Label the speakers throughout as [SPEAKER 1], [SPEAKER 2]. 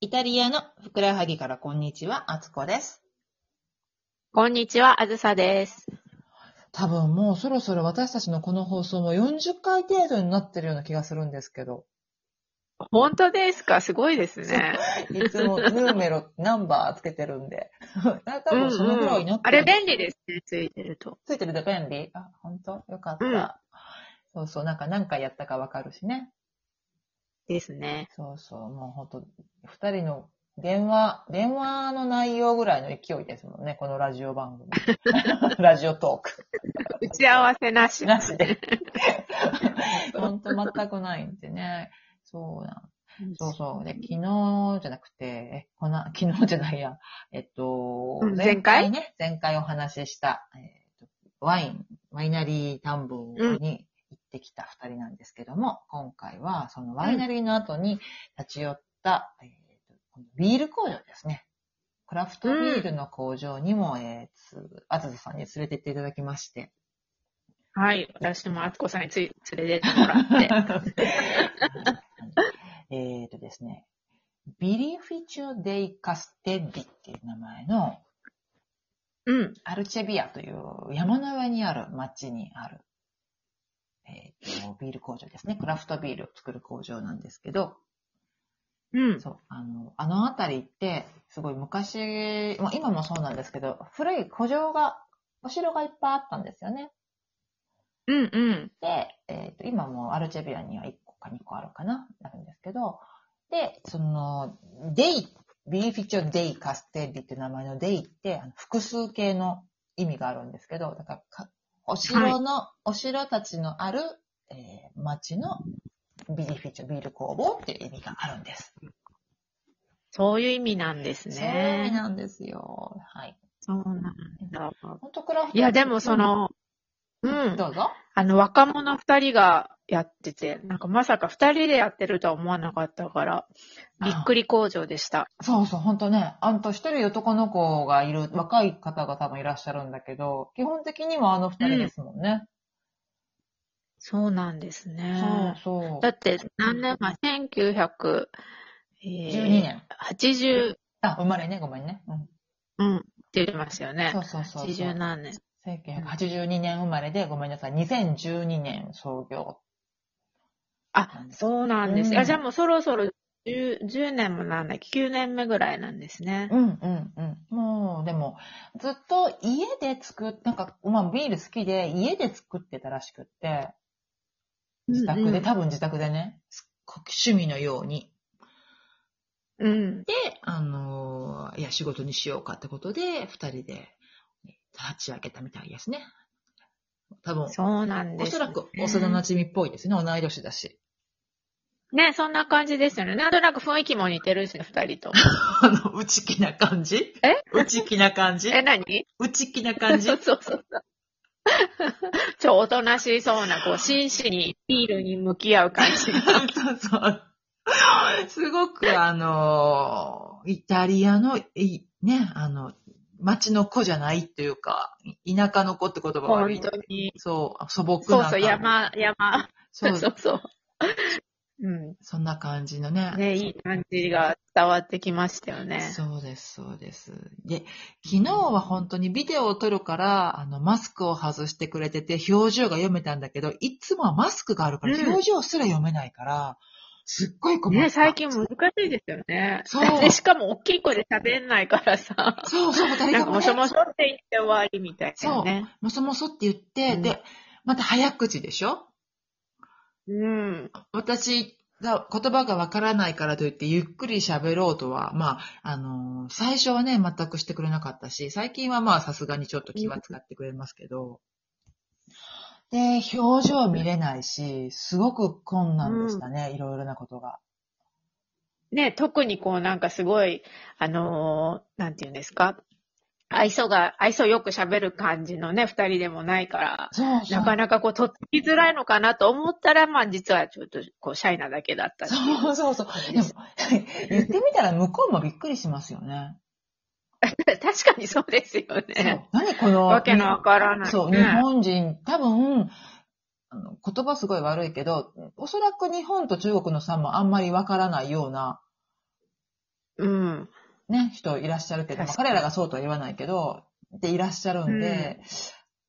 [SPEAKER 1] イタリアのふくらはぎからこんにちは、あつこです。
[SPEAKER 2] こんにちは、あずさです。
[SPEAKER 1] 多分もうそろそろ私たちのこの放送も40回程度になってるような気がするんですけど、
[SPEAKER 2] 本当ですかすごいですね。
[SPEAKER 1] いつ もヌーメロ、ナンバーつけてるんで、 多
[SPEAKER 2] うんう
[SPEAKER 1] 分そのぐらいになっ
[SPEAKER 2] ん。
[SPEAKER 1] て
[SPEAKER 2] あ
[SPEAKER 1] る。
[SPEAKER 2] れ便利ですね、ついてると。
[SPEAKER 1] ついてると便利あ、本当よかった、
[SPEAKER 2] うん
[SPEAKER 1] そうそう、なんか何回やったかわかるしね。
[SPEAKER 2] ですね。
[SPEAKER 1] そうそう、もう本当二人の電話、電話の内容ぐらいの勢いですもんね、このラジオ番 組。ラジオトーク。
[SPEAKER 2] 打ち合わせなし。
[SPEAKER 1] なしで。 本当全くないんでね。そうなん。そうそう。で、昨日じゃなくて、えこの、 昨日じゃないや。えっと、
[SPEAKER 2] うん
[SPEAKER 1] ね、前回お話しした、えっとワイン、ワイナリー探訪に行ってきた二人なんですけども、今回はそのワイナリーの後に立ち寄った、えっとこのビール工場ですね。クラフトビールの工場にも、えーつ、あずささんに連れてっていただきまして、
[SPEAKER 2] はい。私もあつこさんについ連れてってもらって。
[SPEAKER 1] えっとですね、ビリフィチュ・デイ・カステッリっていう名前の
[SPEAKER 2] うん。
[SPEAKER 1] アルチェビアという山の上にある町にある、えーとビール工場ですね。クラフトビールを作る工場なんですけど、
[SPEAKER 2] うん。
[SPEAKER 1] そう、あの、あの辺りって、すごい昔、まあ、今もそうなんですけど、古い古城が、お城がいっぱいあったんですよね。
[SPEAKER 2] うんうん。
[SPEAKER 1] で、えーと今もうアルチェビアには1個か2個あるかな、あるんですけど、で、その、デイ、ビーフィチョデイカステッリっていう名前のデイって、あの複数形の意味があるんですけど、だからか、お城の、お城たちのある、えー町のビリフィチョビール工房っていう意味があるんです。
[SPEAKER 2] そういう意味なんです
[SPEAKER 1] そういう意味
[SPEAKER 2] ね。
[SPEAKER 1] なんですよ。はい。
[SPEAKER 2] そうなんだ。
[SPEAKER 1] 本当クラフト
[SPEAKER 2] いや、でもそ、の、う
[SPEAKER 1] うん
[SPEAKER 2] ん。
[SPEAKER 1] どうぞ。
[SPEAKER 2] あの、若者二人がやってて、なんかまさか二人でやってるとは思わなかったから、びっくり工場でした。
[SPEAKER 1] そうそう、ほんとね。あんと一人男の子がいる、若い方が多分いらっしゃるんだけど、基本的にはあの二人ですもんね。
[SPEAKER 2] そうなんですね。
[SPEAKER 1] そうそう。
[SPEAKER 2] だって何年前 ?1900、えー
[SPEAKER 1] 12年。
[SPEAKER 2] 80、
[SPEAKER 1] あ、生まれね、ごめんね。うん。
[SPEAKER 2] うん、って言ってましたよね
[SPEAKER 1] そ。うそうそうそう。
[SPEAKER 2] 80何年。
[SPEAKER 1] 1982年生まれで、ごめんなさい。2012年創業。
[SPEAKER 2] あ、そうなんです。
[SPEAKER 1] うん
[SPEAKER 2] あじゃあもうそろそろ 10, 10年もなんだっけ、9年目ぐらいなんですね。
[SPEAKER 1] うんうんうん。もう、でも、ずっと家で作っ、なんか、まあビール好きで、家で作ってたらしくって、自宅で、
[SPEAKER 2] うんうん
[SPEAKER 1] 多分自宅でね、すっごく趣味のように。
[SPEAKER 2] うん。
[SPEAKER 1] で、あのーいや、仕事にしようかってことで、二人で立ち上げたみたいですね。多分、
[SPEAKER 2] そうなんで
[SPEAKER 1] お
[SPEAKER 2] す。
[SPEAKER 1] そらく幼馴染っぽいですね。同い年だし。
[SPEAKER 2] ね、そんな感じですよね。なんとなく雰囲気も似てるしね、二人と。
[SPEAKER 1] あの、内気な感じ
[SPEAKER 2] え
[SPEAKER 1] 内気な感じ
[SPEAKER 2] え、何
[SPEAKER 1] 内気な感じ
[SPEAKER 2] そうそうそう。超おとなしそうな、こう、真摯にビールに向き合 う感じ。
[SPEAKER 1] そうそう。すごくあの、イタリアの、いね、あの、町の子じゃないっていうか、い田舎の子って言葉悪
[SPEAKER 2] 本
[SPEAKER 1] い
[SPEAKER 2] 当。に。
[SPEAKER 1] そう、素朴
[SPEAKER 2] そう
[SPEAKER 1] な感じ。
[SPEAKER 2] そう、山、山。
[SPEAKER 1] そう
[SPEAKER 2] そうそう。うん。
[SPEAKER 1] そんな感じのね。
[SPEAKER 2] ね、いい感じが伝わってきましたよね。
[SPEAKER 1] そうです、そうです。で、昨日は本当にビデオを撮るから、あの、マスクを外してくれてて、表情が読めたんだけど、いつもはマスクがあるから、
[SPEAKER 2] うん
[SPEAKER 1] 表情すら読めないから、すっごい困った。
[SPEAKER 2] ね、最近難しいですよね。
[SPEAKER 1] そう
[SPEAKER 2] で、しかも大きい声で喋んないからさ。
[SPEAKER 1] そうそう、二
[SPEAKER 2] な
[SPEAKER 1] 人
[SPEAKER 2] ん
[SPEAKER 1] と
[SPEAKER 2] か
[SPEAKER 1] も、
[SPEAKER 2] もしょ
[SPEAKER 1] ね、
[SPEAKER 2] もしょって言って終わりみたいなね。
[SPEAKER 1] もそもそって言って、
[SPEAKER 2] うん
[SPEAKER 1] で、また早口でしょ
[SPEAKER 2] うん。
[SPEAKER 1] 私が言葉がわからないからといってゆっくり喋ろうとは、まあ、あのー最初はね、全くしてくれなかったし、最近はまあさすがにちょっと気は使ってくれますけど、で、表情見れないし、すごく困難でしたね、いろいろなことが。
[SPEAKER 2] ね、特にこうなんかすごい、あのーなんて言うんですか。愛想が、愛想よく喋る感じのね、二人でもないから。
[SPEAKER 1] そうそう。
[SPEAKER 2] なかなかこう、とっつきづらいのかなと思ったら、まあ実はちょっとこう、シャイなだけだったっていう
[SPEAKER 1] そうそうそう。 でも、言ってみたら向こうもびっくりしますよね。
[SPEAKER 2] 確かにそうですよ
[SPEAKER 1] そ
[SPEAKER 2] ね
[SPEAKER 1] う。。何この。
[SPEAKER 2] わけのわからない。
[SPEAKER 1] そう、日本人、多分、あの言葉すごい悪いけど、おそらく日本と中国の差もあんまりわからないような
[SPEAKER 2] うん。
[SPEAKER 1] ね、人いらっしゃるけど、まあ
[SPEAKER 2] 確かに
[SPEAKER 1] 彼らがそうとは言わないけど、でいらっしゃるんで、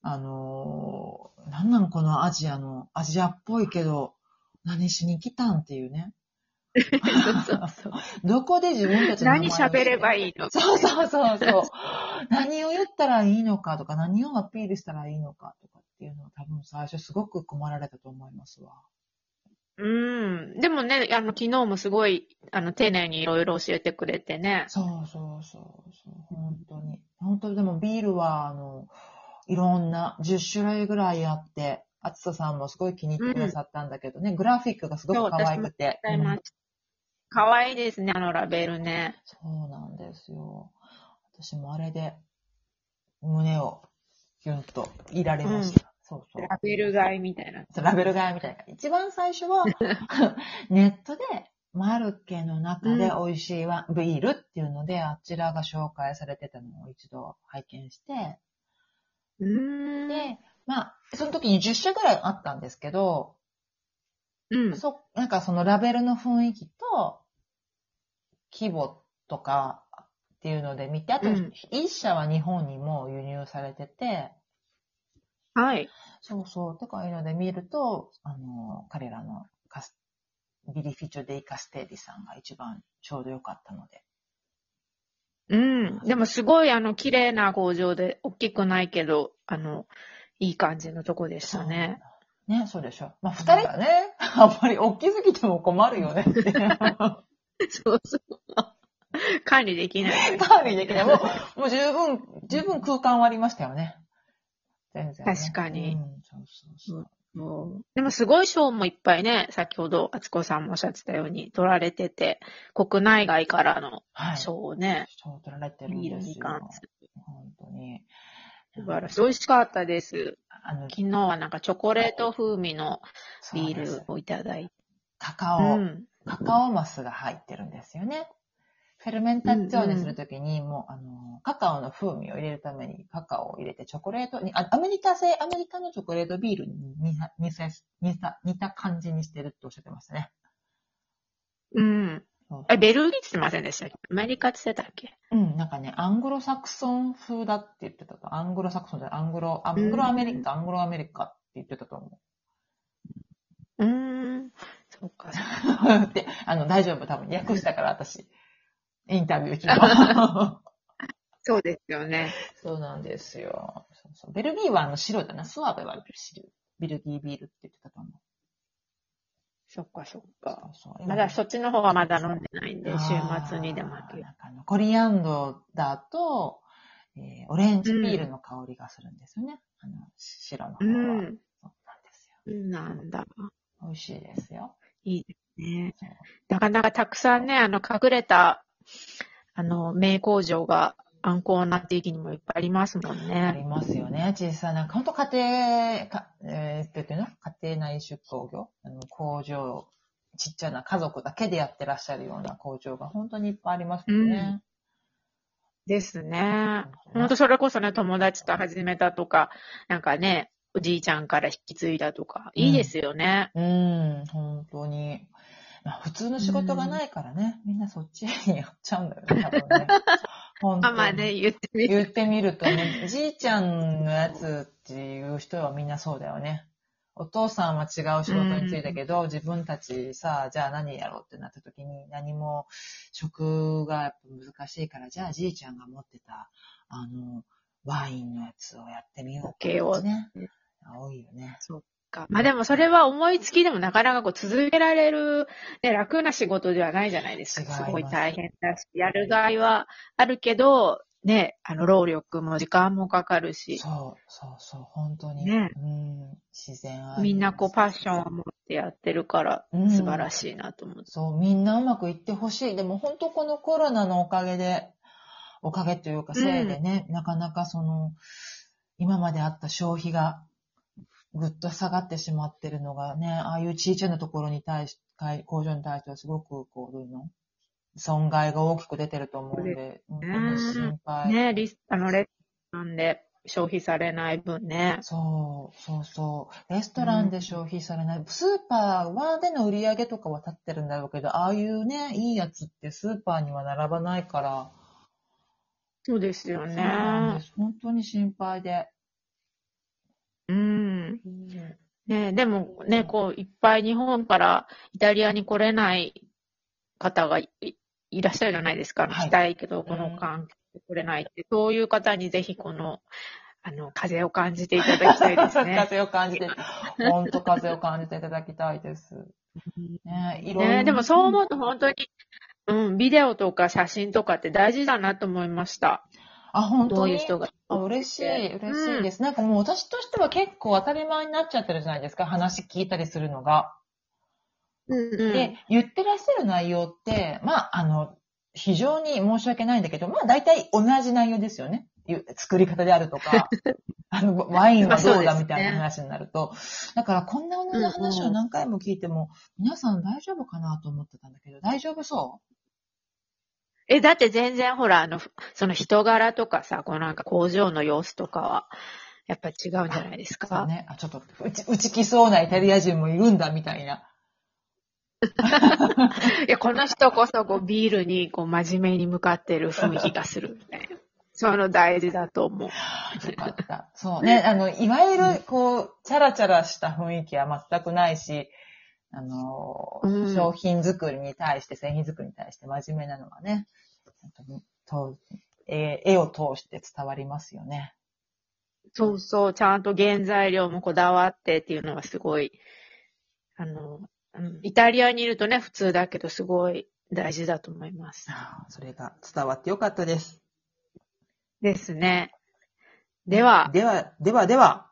[SPEAKER 1] あのーなんなのこのアジアの、アジアっぽいけど、何しに来たんっていうね。
[SPEAKER 2] そうそう
[SPEAKER 1] どこで自分たちの名前
[SPEAKER 2] 何
[SPEAKER 1] を
[SPEAKER 2] 喋ればいい の
[SPEAKER 1] そうそうそうそう。何を言ったらいいのかとか、何をアピールしたらいいのかとかっていうのは多分最初すごく困られたと思いますわ。
[SPEAKER 2] うん。でもね、あの、昨日もすごい、あの、丁寧にいろいろ教えてくれてね。
[SPEAKER 1] そうそうそうそう、本当に。本当にでもビールは、あの、いろんな10種類ぐらいあって、あつささんもすごい気に入ってくださったんだけどね、グラフィックがすごく可愛くて。
[SPEAKER 2] ございます。かわいいですね、あのラベルね。
[SPEAKER 1] そうなんですよ。私もあれで胸をキュンといられました。そうそう。
[SPEAKER 2] ラベル買いみたいな。
[SPEAKER 1] そうラベル替えみたいな。一番最初 は、ネットで、マルケの中で美味しいワンビールっていうので、あちらが紹介されてたのを一度拝見して、
[SPEAKER 2] うーん。
[SPEAKER 1] で、まあ、その時に10社ぐらいあったんですけど、
[SPEAKER 2] うん。
[SPEAKER 1] そ、なんかそのラベルの雰囲気と、規模とかっていうので見て、あと
[SPEAKER 2] うん
[SPEAKER 1] 1社は日本にも輸入されてて、
[SPEAKER 2] はい。
[SPEAKER 1] そうそう。とかいうので見ると、あの、彼らのカス、ビリフィチョデイカステーリさんが一番ちょうど良かったので。
[SPEAKER 2] うん。でもすごい、あの、綺麗な工場で、大きくないけど、あの、いい感じのとこでしたね。
[SPEAKER 1] ね、そうでしょ。まあ、二人がね、 あんまり大きすぎても困るよねって。管
[SPEAKER 2] そうそう。 管理できない。
[SPEAKER 1] 理できない。も う、もう十分、十分空間はありましたよね。全然ね、
[SPEAKER 2] 確かに
[SPEAKER 1] うん、そうそうそう。
[SPEAKER 2] もうでもすごい賞もいっぱいね、先ほど敦子さんもおっしゃってたように取られてて、国内外からの
[SPEAKER 1] はい。
[SPEAKER 2] 賞をね、
[SPEAKER 1] そう取られてるん
[SPEAKER 2] ビール
[SPEAKER 1] です
[SPEAKER 2] に
[SPEAKER 1] よ。
[SPEAKER 2] 関する。
[SPEAKER 1] 本当に。
[SPEAKER 2] 素晴らしい。美味しかったです。
[SPEAKER 1] あの、
[SPEAKER 2] 昨日はなんかチョコレート風味のビ
[SPEAKER 1] そう
[SPEAKER 2] ー
[SPEAKER 1] です
[SPEAKER 2] ルをいただいて。
[SPEAKER 1] カカ
[SPEAKER 2] う
[SPEAKER 1] オ。
[SPEAKER 2] ん。
[SPEAKER 1] カカオマスが入ってるんですよね。フェルメンタッチョーネするときに、もう、あの、カカオの風味を入れるために、カカオを入れてチョコレートに、あアメリカ製、アメリカのチョコレートビールに似た、似せ似た、似た感じにしてるっておっしゃってましたね。
[SPEAKER 2] うん。
[SPEAKER 1] そう
[SPEAKER 2] え、ベルギーって言ってませんでしたっけアメリカって言ってたっけ
[SPEAKER 1] うん、なんかね、アングロサクソン風だって言ってたと。アングロサクソンじゃない、アングロ、アングロアメリカ、アングロアメリカって言ってたと 思う。
[SPEAKER 2] うーん。そうか。
[SPEAKER 1] って、あの、大丈夫、多分、訳したから私、インタビュー 中は。
[SPEAKER 2] そうですよね。
[SPEAKER 1] そうなんですよ。そうそうベルギーはあの白だな。スワベは白ベルギービールって言ってたと思う。
[SPEAKER 2] そっかそっ
[SPEAKER 1] そう
[SPEAKER 2] か。
[SPEAKER 1] そう
[SPEAKER 2] まだそっちの方はまだ飲んでないんで、週末にでも
[SPEAKER 1] あ
[SPEAKER 2] 開
[SPEAKER 1] ー
[SPEAKER 2] ける。
[SPEAKER 1] なんかあのコリアンドだと、えーオレンジビールの香りがするんですよね。あの白の方
[SPEAKER 2] う
[SPEAKER 1] は、そうなん
[SPEAKER 2] ん。
[SPEAKER 1] です
[SPEAKER 2] なんだ。
[SPEAKER 1] よ。美味しいですよ。
[SPEAKER 2] いいですね。
[SPEAKER 1] そう
[SPEAKER 2] なかなかたくさんね、あの、隠れた、あの、名工場が、暗号な地域にもいっぱいありますもん
[SPEAKER 1] あ
[SPEAKER 2] ね。
[SPEAKER 1] りますよね。小さな、本当家庭、かえー、っていうの家庭内出工業あの工場、ちっちゃな家族だけでやってらっしゃるような工場が本当にいっぱいありますよね。
[SPEAKER 2] ですね。
[SPEAKER 1] そう
[SPEAKER 2] 本当それこそね、友達と始めたとか、なんかね、おじいちゃんから引き継いだとか、いいですよね。
[SPEAKER 1] うん、本当に。まあ、普通の仕事がないからね、みんなそっちにやっちゃうんだよね、多 分ね。本当
[SPEAKER 2] あ、
[SPEAKER 1] に
[SPEAKER 2] まあね、言ってみる。
[SPEAKER 1] 言ってみるとね、じいちゃんのやつっていう人はみんなそうだよね。お父さんは違う仕事に就いたけど、自分たちさ、じゃあ何やろうってなった時に、何も職がやっぱ難しいから、じゃあじいちゃんが持ってた、あの、ワインのやつをやってみようってね
[SPEAKER 2] けよ。
[SPEAKER 1] 多いよね。
[SPEAKER 2] まあでもそれは思いつきでもなかなかこう続けられる、ね、楽な仕事ではないじゃないですか。
[SPEAKER 1] 違います
[SPEAKER 2] すごい大変だし、やるがいはあるけど、ね、あの、労力も時間もかかるし、
[SPEAKER 1] そう、そうそう、本当に。
[SPEAKER 2] ね
[SPEAKER 1] うん、自然あり
[SPEAKER 2] みんなこうパッションを持ってやってるから、
[SPEAKER 1] うん
[SPEAKER 2] 素晴らしいなと思って。
[SPEAKER 1] そう、みんなうまくいってほしい。でも本当このコロナのおかげで、おかげというかせいでね、なかなかその、今まであった消費がぐっと下がってしまってるのがね、ああいうちいちゃなところに対し、かい工場に対してはすごくこう、どういうの損害が大きく出てると思うんで、本当に心配。
[SPEAKER 2] ね、リス、あの、レッスンで、消費されない分ね。
[SPEAKER 1] そう、そうそう。レストランで消費されない。スーパーはでの売り上げとかは立ってるんだろうけど、ああいうね、いいやつってスーパーには並ばないから。
[SPEAKER 2] そうですよ
[SPEAKER 1] そうなんで
[SPEAKER 2] ね。
[SPEAKER 1] す。本当に心配で。
[SPEAKER 2] うん。ねでもね、こう、いっぱい日本からイタリアに来れない方がいいらっしゃるじゃないですか。
[SPEAKER 1] い
[SPEAKER 2] 来たいけど、この間来れないって。そういう方にぜひこの、あの、風を感じていただきたいです ね。
[SPEAKER 1] 風を感じて、本当風を感じていただきたいです。ね、いろいろ。
[SPEAKER 2] ねでもそう思うと本当に、うん、ビデオとか写真とかって大事だなと思いました。
[SPEAKER 1] あ、本
[SPEAKER 2] ど
[SPEAKER 1] 当
[SPEAKER 2] ういう
[SPEAKER 1] に。
[SPEAKER 2] 人が。
[SPEAKER 1] あ嬉しい、嬉しいです。なんかもう私としては結構当たり前になっちゃってるじゃないですか。話聞いたりするのが。
[SPEAKER 2] うんうん
[SPEAKER 1] で、言ってらっしゃる内容って、まあ、あの、非常に申し訳ないんだけど、まあ、大体同じ内容ですよね。ゆ作り方であると か、あの、ワインはどう
[SPEAKER 2] まあそうです
[SPEAKER 1] だ
[SPEAKER 2] ね
[SPEAKER 1] みたいな話になると。だから、こんな同じ話を何回も聞いても、皆さん大丈夫かなと思ってたんだけど、大丈夫そ
[SPEAKER 2] え、だって全然ほら、あの、その人柄とかさ、こうなんか工場の様子とかは、やっぱ違うんじゃないで
[SPEAKER 1] う
[SPEAKER 2] す
[SPEAKER 1] そう
[SPEAKER 2] か。
[SPEAKER 1] ね。あ、ちょっと、打ち、打ち来そうなイタリア人もいるんだ、みたいな。
[SPEAKER 2] いや、この人こそ、こう、ビールに、こう、真面目に向かってる雰囲気がするみた いな。そういうの大事だと思う。
[SPEAKER 1] よか った。そうね。あの、いわゆる、こう、チャラチャラした雰囲気は全くないし、あの、
[SPEAKER 2] うん
[SPEAKER 1] 商品作りに対して、製品作りに対して真面目なのはね、本当にとえー絵を通して伝わりますよね。
[SPEAKER 2] そうそう、ちゃんと原材料もこだわってっていうのはすごい、あの、うんイタリアにいるとね、普通だけど、すごい大事だと思います。
[SPEAKER 1] あーそれが伝わってよかったです。
[SPEAKER 2] ですね。では、
[SPEAKER 1] では、ではでは。